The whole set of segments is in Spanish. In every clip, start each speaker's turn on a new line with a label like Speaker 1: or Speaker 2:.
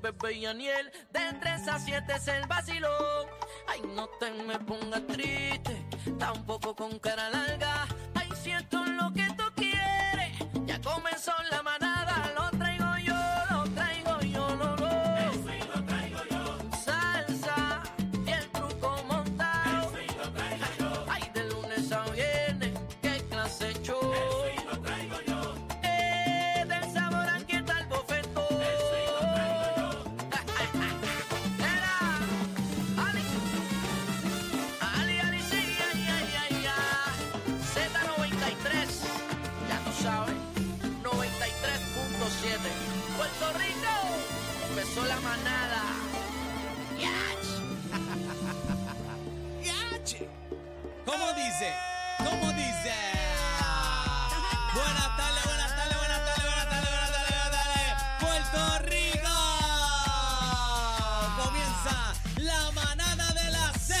Speaker 1: bebé y Aniel. De 3 a 7 es el vacilón. Ay, no te me pongas triste, tampoco con cara larga. Ay, siento lo que tú quieres. Ya comenzó la manada, lo traigo yo, lo traigo yo, lo, lo.
Speaker 2: lo traigo yo,
Speaker 1: Salsa y el truco montado.
Speaker 2: lo traigo yo,
Speaker 1: Ay, de lunes a viernes, qué clase show.
Speaker 2: lo traigo yo,
Speaker 1: Eh, del sabor aquí está el bofetón. Era, Ali, Ali, Ali, sí, ay, ay, ay, ay. Z93, ya tú sabes, 93.7. Puerto Rico, empezó la manada. Yach.
Speaker 3: ¿Cómo dice? ¿Cómo dice? Buenas tardes, buenas tardes, buenas tardes, buenas tardes, buenas tardes, buenas tardes. ¡Puerto Rico! Comienza la manada de la Z.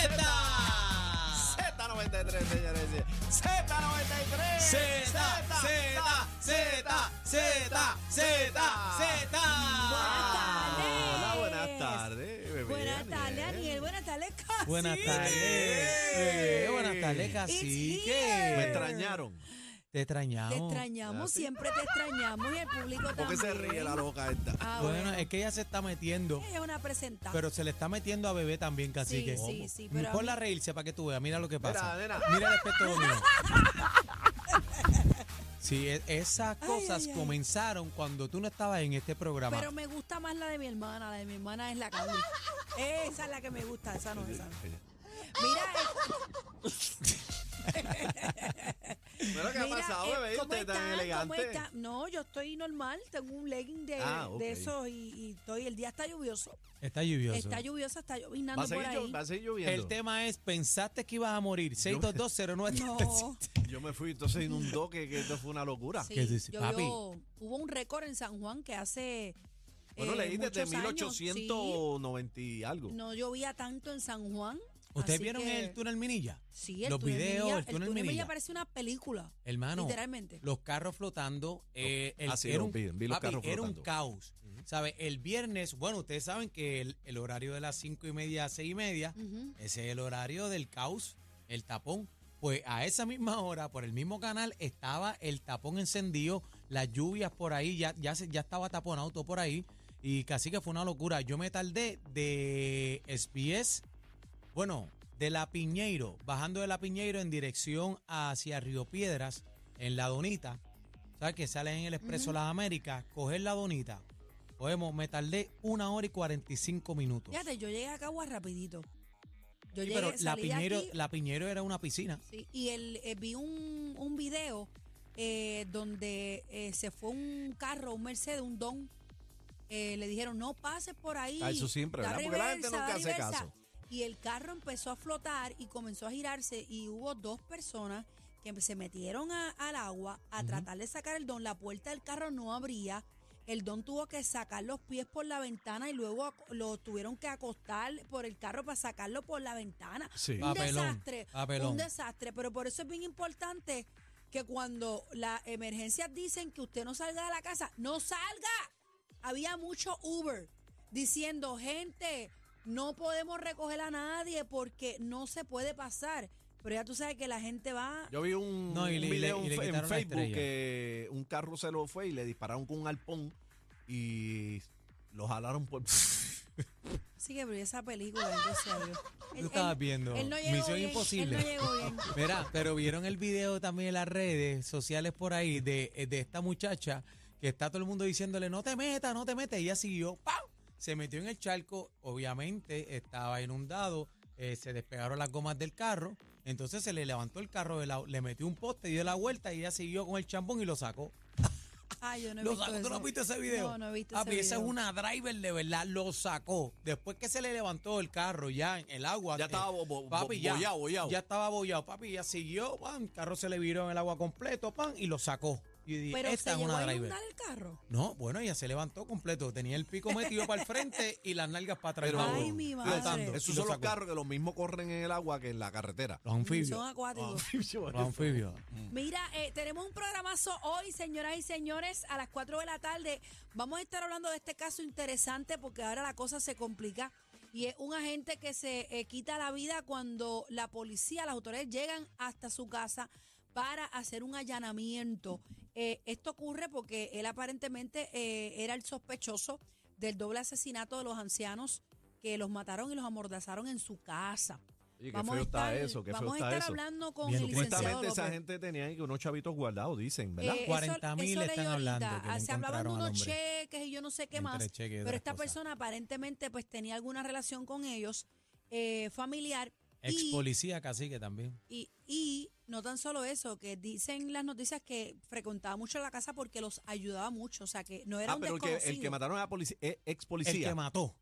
Speaker 4: Z93, señores. Z93.
Speaker 3: Z, Z, Z, Z, Z, Z.
Speaker 4: Hola, buenas tardes. bebé
Speaker 5: Buenas tardes, Aniel. Buenas tardes, Casi.
Speaker 3: Buenas tardes. bebé. Buenas tardes, cacique.
Speaker 4: Me extrañaron.
Speaker 3: Te
Speaker 5: Te
Speaker 3: extrañamos.
Speaker 5: extrañamos, siempre te extrañamos y el público
Speaker 4: ¿Por qué
Speaker 5: también.
Speaker 4: se ríe la loca esta?
Speaker 5: Ah, bueno,
Speaker 3: Bueno, es que ella se está metiendo.
Speaker 5: ella es una presentada.
Speaker 3: Pero se le está metiendo a bebé también, cacique.
Speaker 5: Sí, sí, sí, pero a
Speaker 3: Ponla a reírse para que tú veas, mira lo que pasa.
Speaker 4: Mira,
Speaker 3: Mira,
Speaker 4: mira.
Speaker 3: el aspecto mío. Sí, e- esas cosas
Speaker 5: ay, ay.
Speaker 3: comenzaron cuando tú no estabas en este programa.
Speaker 5: Pero me gusta más la de mi hermana, la de mi hermana es la Cauli. Esa es la que me gusta, esa no, esa no. Mira, eh,
Speaker 4: Bueno, ¿qué ha
Speaker 5: mira,
Speaker 4: pasado,
Speaker 5: eh,
Speaker 4: bebé?
Speaker 5: ¿cómo
Speaker 4: Usted tan
Speaker 5: están? ¿Cómo
Speaker 4: elegante.
Speaker 5: están? No, yo estoy normal, tengo un legging de,
Speaker 4: Ah, ok.
Speaker 5: de esos y, y estoy, el día está lluvioso.
Speaker 3: Está lluvioso.
Speaker 5: Está lluvioso, está
Speaker 4: Va
Speaker 5: llovinando
Speaker 4: a
Speaker 5: por
Speaker 4: seguir,
Speaker 5: ahí.
Speaker 4: llo- va a seguir lloviendo.
Speaker 3: el tema es, pensaste que ibas a morir. 62209.
Speaker 5: No.
Speaker 4: Yo me fui, entonces inundó que, que esto fue una locura.
Speaker 5: Mm. Sí,
Speaker 3: ¿Qué dice?
Speaker 5: llovió.
Speaker 3: Papi.
Speaker 5: Hubo un récord en San Juan que hace.
Speaker 4: Bueno,
Speaker 5: eh,
Speaker 4: leí desde
Speaker 5: muchos años,
Speaker 4: 1890 y algo.
Speaker 5: sí, no llovía tanto en San Juan.
Speaker 3: ¿Ustedes
Speaker 5: así
Speaker 3: vieron
Speaker 5: que-
Speaker 3: el túnel Minilla?
Speaker 5: Sí, el
Speaker 3: Los
Speaker 5: túnel
Speaker 3: videos,
Speaker 5: Minilla-
Speaker 3: el túnel Minilla.
Speaker 5: parece una película.
Speaker 3: Hermano,
Speaker 5: Literalmente.
Speaker 3: los carros flotando, eh, el-
Speaker 4: Ah, sí,
Speaker 3: era,
Speaker 4: lo
Speaker 3: un,
Speaker 4: vi, vi los
Speaker 3: papi,
Speaker 4: carros
Speaker 3: era un
Speaker 4: flotando.
Speaker 3: caos. ¿Sabe? El viernes, bueno, ustedes saben que el, el horario de las cinco y media a seis y media,
Speaker 5: Ujú.
Speaker 3: ese es el horario del caos, el tapón. Pues a esa misma hora, por el mismo canal, estaba el tapón encendido, las lluvias por ahí, ya, ya, se- ya estaba taponado todo por ahí. Y casi que fue una locura. Yo me tardé de SBS, bueno, de La Piñeiro, bajando de La Piñeiro en dirección hacia Río Piedras, en La Donita. ¿Sabes que sales en el Expreso Las Américas? Coger La Donita. Podemos, me tardé una hora y 45 minutos.
Speaker 5: Fíjate, yo llegué a Caguas rapidito. Yo
Speaker 3: Sí,
Speaker 5: llegué,
Speaker 3: pero la
Speaker 5: salí de
Speaker 3: Piñero,
Speaker 5: aquí,
Speaker 3: la Piñero era una piscina.
Speaker 5: sí, y el, eh, vi un, un video eh, donde eh, se fue un carro, un Mercedes, un Don. Eh, le dijeron, no pases por ahí.
Speaker 4: Ah, eso siempre,
Speaker 5: da
Speaker 4: ¿verdad? Porque la gente
Speaker 5: reversa,
Speaker 4: nunca
Speaker 5: da
Speaker 4: hace
Speaker 5: reversa".
Speaker 4: caso.
Speaker 5: Y el carro empezó a flotar y comenzó a girarse y hubo dos personas que se metieron a- al agua a tratar de sacar el don. La puerta del carro no abría. El don tuvo que sacar los pies por la ventana y luego ac- lo tuvieron que acostar por el carro para sacarlo por la ventana.
Speaker 4: Sí.
Speaker 5: Un
Speaker 3: Papelón,
Speaker 5: desastre.
Speaker 3: papelón.
Speaker 5: Un desastre. Pero por eso es bien importante que cuando las emergencias dicen que usted no salga de la casa, ¡no salga! había mucho Uber diciendo, gente, no podemos recoger a nadie porque no se puede pasar. Pero ya tú sabes que la gente va...
Speaker 4: Yo vi un,
Speaker 3: No, y le-
Speaker 4: un
Speaker 3: y le-
Speaker 4: video
Speaker 3: y le
Speaker 4: en- en
Speaker 3: quitaron la
Speaker 4: Facebook
Speaker 3: estrella.
Speaker 4: que un carro se lo fue y le dispararon con un arpón y lo jalaron por...
Speaker 5: Sí que pero esa película, bendito sea Dios.
Speaker 3: Tú
Speaker 5: Él-
Speaker 3: estabas
Speaker 5: él-
Speaker 3: viendo
Speaker 5: él no llegó
Speaker 3: Misión
Speaker 5: bien,
Speaker 3: Imposible.
Speaker 5: Él no llegó bien.
Speaker 3: Mira, pero vieron el video también en las redes sociales por ahí de, de esta muchacha que está todo el mundo diciéndole no te metas, no te metas. Ella siguió, ¡pam! Se metió en el charco, obviamente estaba inundado, eh, se despegaron las gomas del carro, entonces se le levantó el carro, de la- le metió un poste, dio la vuelta y ella siguió con el chambón y lo sacó.
Speaker 5: Ah, yo no he
Speaker 3: Lo
Speaker 5: visto
Speaker 3: sacó,
Speaker 5: eso.
Speaker 3: ¿tú no has visto ese video?
Speaker 5: No, no he visto
Speaker 3: Papi,
Speaker 5: ese
Speaker 3: esa es
Speaker 5: video.
Speaker 3: una driver de verdad, lo sacó. Después que se le levantó el carro ya en el agua.
Speaker 4: Ya
Speaker 3: eh,
Speaker 4: estaba bo- bo-
Speaker 3: papi, ya,
Speaker 4: bollado, bollado.
Speaker 3: Ya estaba bollado, papi, ya siguió, pan, el carro se le viró en el agua completo, pan, y lo sacó. Y dije,
Speaker 5: Pero
Speaker 3: esta
Speaker 5: se
Speaker 3: es
Speaker 5: llegó
Speaker 3: una
Speaker 5: a
Speaker 3: driver.
Speaker 5: inundar el carro.
Speaker 3: No, bueno, ella se levantó completo. Tenía el pico metido para el frente y las nalgas para atrás.
Speaker 4: Pero-
Speaker 3: Vamos,
Speaker 5: Ay, mi madre.
Speaker 3: flotando.
Speaker 4: Esos
Speaker 3: Y lo
Speaker 4: son los
Speaker 3: sacó.
Speaker 4: carros que los mismos corren en el agua que en la carretera.
Speaker 3: Los
Speaker 5: Son
Speaker 3: anfibios.
Speaker 5: acuáticos.
Speaker 3: Los anfibios.
Speaker 5: Mira, eh, tenemos un programazo hoy, señoras y señores, a las 4 de la tarde. Vamos a estar hablando de este caso interesante porque ahora la cosa se complica. Y es un agente que se eh, quita la vida cuando la policía, las autoridades llegan hasta su casa para hacer un allanamiento. Eh, esto ocurre porque él aparentemente eh, era el sospechoso del doble asesinato de los ancianos que los mataron y los amordazaron en su casa.
Speaker 4: Oye, qué feo está eso, qué feo
Speaker 5: vamos a
Speaker 4: está
Speaker 5: estar
Speaker 4: eso.
Speaker 5: hablando con
Speaker 3: Bien,
Speaker 5: el licenciado
Speaker 4: Supuestamente esa
Speaker 5: López.
Speaker 4: gente tenía ahí que unos chavitos guardados, dicen, ¿verdad?
Speaker 5: Eh, eso-
Speaker 3: 40.000
Speaker 5: eso leí
Speaker 3: están
Speaker 5: ahorita.
Speaker 3: hablando que le
Speaker 5: Ah, Se hablaban de
Speaker 3: encontraron al
Speaker 5: unos
Speaker 3: hombre.
Speaker 5: cheques y yo no sé qué
Speaker 3: Entre
Speaker 5: más.
Speaker 3: cheques y
Speaker 5: Pero
Speaker 3: otras
Speaker 5: esta
Speaker 3: cosas.
Speaker 5: persona aparentemente pues tenía alguna relación con ellos, eh, familiar.
Speaker 3: Ex
Speaker 5: Y,
Speaker 3: policía cacique también.
Speaker 5: y, y no tan solo eso, que dicen las noticias que frecuentaba mucho la casa porque los ayudaba mucho. O sea, que no era
Speaker 4: ah,
Speaker 5: un
Speaker 4: pero el que,
Speaker 5: desconocido.
Speaker 4: el que mataron a la policía, eh, ex policía.
Speaker 3: El que mató.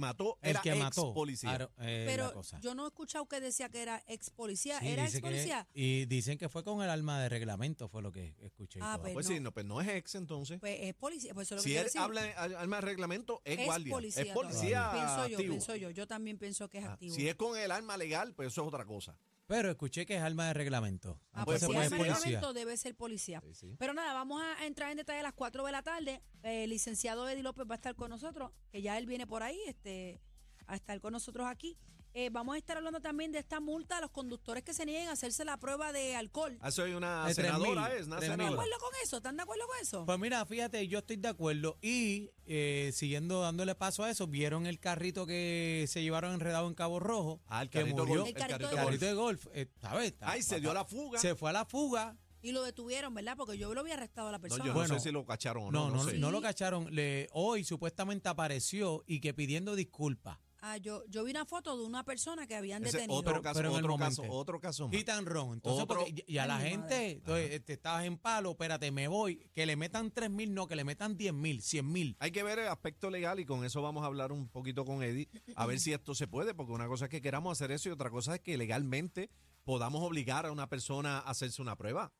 Speaker 4: mató
Speaker 3: El
Speaker 4: era
Speaker 3: que
Speaker 4: ex
Speaker 3: mató.
Speaker 4: policía.
Speaker 3: Aro- eh, la
Speaker 5: pero
Speaker 3: cosa.
Speaker 5: yo no he escuchado que decía que era ex policía.
Speaker 3: Sí,
Speaker 5: ¿Era
Speaker 3: dice
Speaker 5: ex
Speaker 3: que-
Speaker 5: policía?
Speaker 3: y dicen que fue con el alma de reglamento, fue lo que escuché. y
Speaker 5: Ah,
Speaker 3: todo.
Speaker 5: pues,
Speaker 4: Pues sí, no, pues no es ex entonces.
Speaker 5: Pues es policía. Pues eso es lo que
Speaker 4: si
Speaker 5: quiero
Speaker 4: él
Speaker 5: decir.
Speaker 4: habla en- al- alma de reglamento, es,
Speaker 5: es
Speaker 4: guardia.
Speaker 5: policía.
Speaker 4: es
Speaker 5: todavía.
Speaker 4: policía.
Speaker 5: Pienso yo,
Speaker 4: activo.
Speaker 5: pienso yo. Yo también pienso que es
Speaker 4: Ah,
Speaker 5: activo.
Speaker 4: Si es con el arma legal, pues eso es otra cosa.
Speaker 3: Pero escuché que es alma de reglamento.
Speaker 5: Ah,
Speaker 4: Puede
Speaker 3: Entonces,
Speaker 5: pues si
Speaker 4: ser
Speaker 3: pues,
Speaker 5: es
Speaker 3: es
Speaker 4: policía.
Speaker 3: policía.
Speaker 5: reglamento, debe ser policía.
Speaker 4: Sí, sí.
Speaker 5: Pero nada, vamos a entrar en detalle a las 4 de la tarde. El licenciado Eddie López va a estar con nosotros, que ya él viene por ahí este, a estar con nosotros aquí. Eh, vamos a estar hablando también de esta multa a los conductores que se nieguen a hacerse la prueba de alcohol.
Speaker 4: Hace hoy Ah, una
Speaker 3: De
Speaker 4: senadora,
Speaker 3: 3.000,
Speaker 4: es
Speaker 3: 3.000.
Speaker 4: una
Speaker 5: ¿Están de
Speaker 4: senadora.
Speaker 5: acuerdo con eso? ¿Están de acuerdo con eso?
Speaker 3: Pues mira, fíjate, yo estoy de acuerdo. Y eh, siguiendo dándole paso a eso, vieron el carrito que se llevaron enredado en Cabo Rojo.
Speaker 4: Ah, el
Speaker 3: que
Speaker 4: carrito
Speaker 3: murió.
Speaker 4: golf,
Speaker 5: El carrito de
Speaker 3: carrito de golf. eh, ¿sabes? Está-
Speaker 4: Ay, se dio la fuga.
Speaker 3: Se fue a la fuga.
Speaker 5: Y lo detuvieron, ¿verdad? Porque yo lo había arrestado a la
Speaker 4: no,
Speaker 5: persona.
Speaker 4: yo
Speaker 3: Bueno,
Speaker 4: no sé si lo cacharon o
Speaker 3: No,
Speaker 4: no.
Speaker 3: no,
Speaker 4: sé.
Speaker 3: no lo
Speaker 5: Sí.
Speaker 3: cacharon. Le, hoy supuestamente apareció y que pidiendo disculpas.
Speaker 5: Ah, yo, yo vi una foto de una persona que habían
Speaker 4: Ese
Speaker 5: detenido.
Speaker 4: otro
Speaker 3: Pero-
Speaker 4: caso,
Speaker 3: pero en el
Speaker 4: otro caso,
Speaker 3: momento.
Speaker 4: otro caso más.
Speaker 3: Y tan ron. Entonces,
Speaker 4: Otro.
Speaker 3: porque- y y a la
Speaker 5: Ay, mi
Speaker 3: gente,
Speaker 5: madre.
Speaker 3: entonces, este, estabas en palo, espérate, me voy. Que le metan tres mil, no, que le metan diez mil, cien mil.
Speaker 4: Hay que ver el aspecto legal y con eso vamos a hablar un poquito con Eddie, a ver si esto se puede, porque una cosa es que queramos hacer eso y otra cosa es que legalmente podamos obligar a una persona a hacerse una prueba.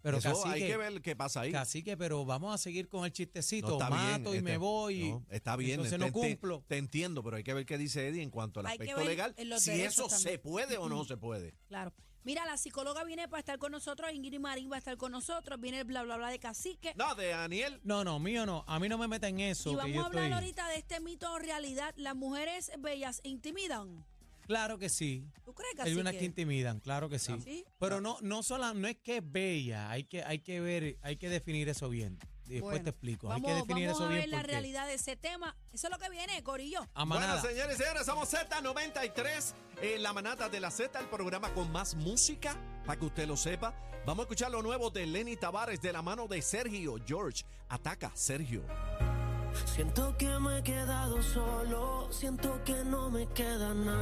Speaker 3: Pero
Speaker 4: eso
Speaker 3: casi
Speaker 4: hay que
Speaker 3: que,
Speaker 4: ver qué pasa ahí.
Speaker 3: casi que, pero vamos a seguir con el
Speaker 4: No
Speaker 3: chistecito.
Speaker 4: está bien,
Speaker 3: Mato y
Speaker 4: este,
Speaker 3: me voy.
Speaker 4: no, está bien,
Speaker 3: entonces
Speaker 4: te,
Speaker 3: no
Speaker 4: te-
Speaker 3: cumplo.
Speaker 4: Te, entiendo, pero hay que ver qué dice Eddie en cuanto al
Speaker 5: Hay que
Speaker 4: aspecto
Speaker 5: ver
Speaker 4: legal,
Speaker 5: en los
Speaker 4: si
Speaker 5: derechos
Speaker 4: eso se
Speaker 5: también.
Speaker 4: puede o no se puede.
Speaker 5: Claro. Mira, la psicóloga viene para estar con nosotros, Ingrid Marín va a estar con nosotros, viene el bla bla bla de cacique.
Speaker 4: No, de Daniel.
Speaker 3: No, no, mío no. A mí no me meten eso.
Speaker 5: y
Speaker 3: que
Speaker 5: vamos
Speaker 3: yo
Speaker 5: a hablar
Speaker 3: estoy-
Speaker 5: ahorita de este mito o realidad. Las mujeres bellas intimidan.
Speaker 3: Claro que sí.
Speaker 5: ¿Tú crees que
Speaker 3: Hay
Speaker 5: así
Speaker 3: unas
Speaker 5: que-
Speaker 3: que intimidan, claro que sí.
Speaker 5: ¿Sí?
Speaker 3: Pero no, no sola, no es que es bella, hay que, hay que ver, hay que definir eso bien. Después
Speaker 5: Bueno,
Speaker 3: te explico.
Speaker 5: Vamos,
Speaker 3: hay que definir
Speaker 5: vamos
Speaker 3: eso
Speaker 5: a ver
Speaker 3: bien.
Speaker 5: la
Speaker 3: porque-
Speaker 5: realidad de ese tema. Eso es lo que viene, Corillo.
Speaker 3: A
Speaker 4: Bueno,
Speaker 3: manada.
Speaker 4: señores y señores, somos Z93, eh, la manada de la Z, el programa con más música, para que usted lo sepa. Vamos a escuchar lo nuevo de Lenny Tavares de la mano de Sergio George. Ataca, Sergio.
Speaker 6: Siento que me he quedado solo, siento que no me queda nada.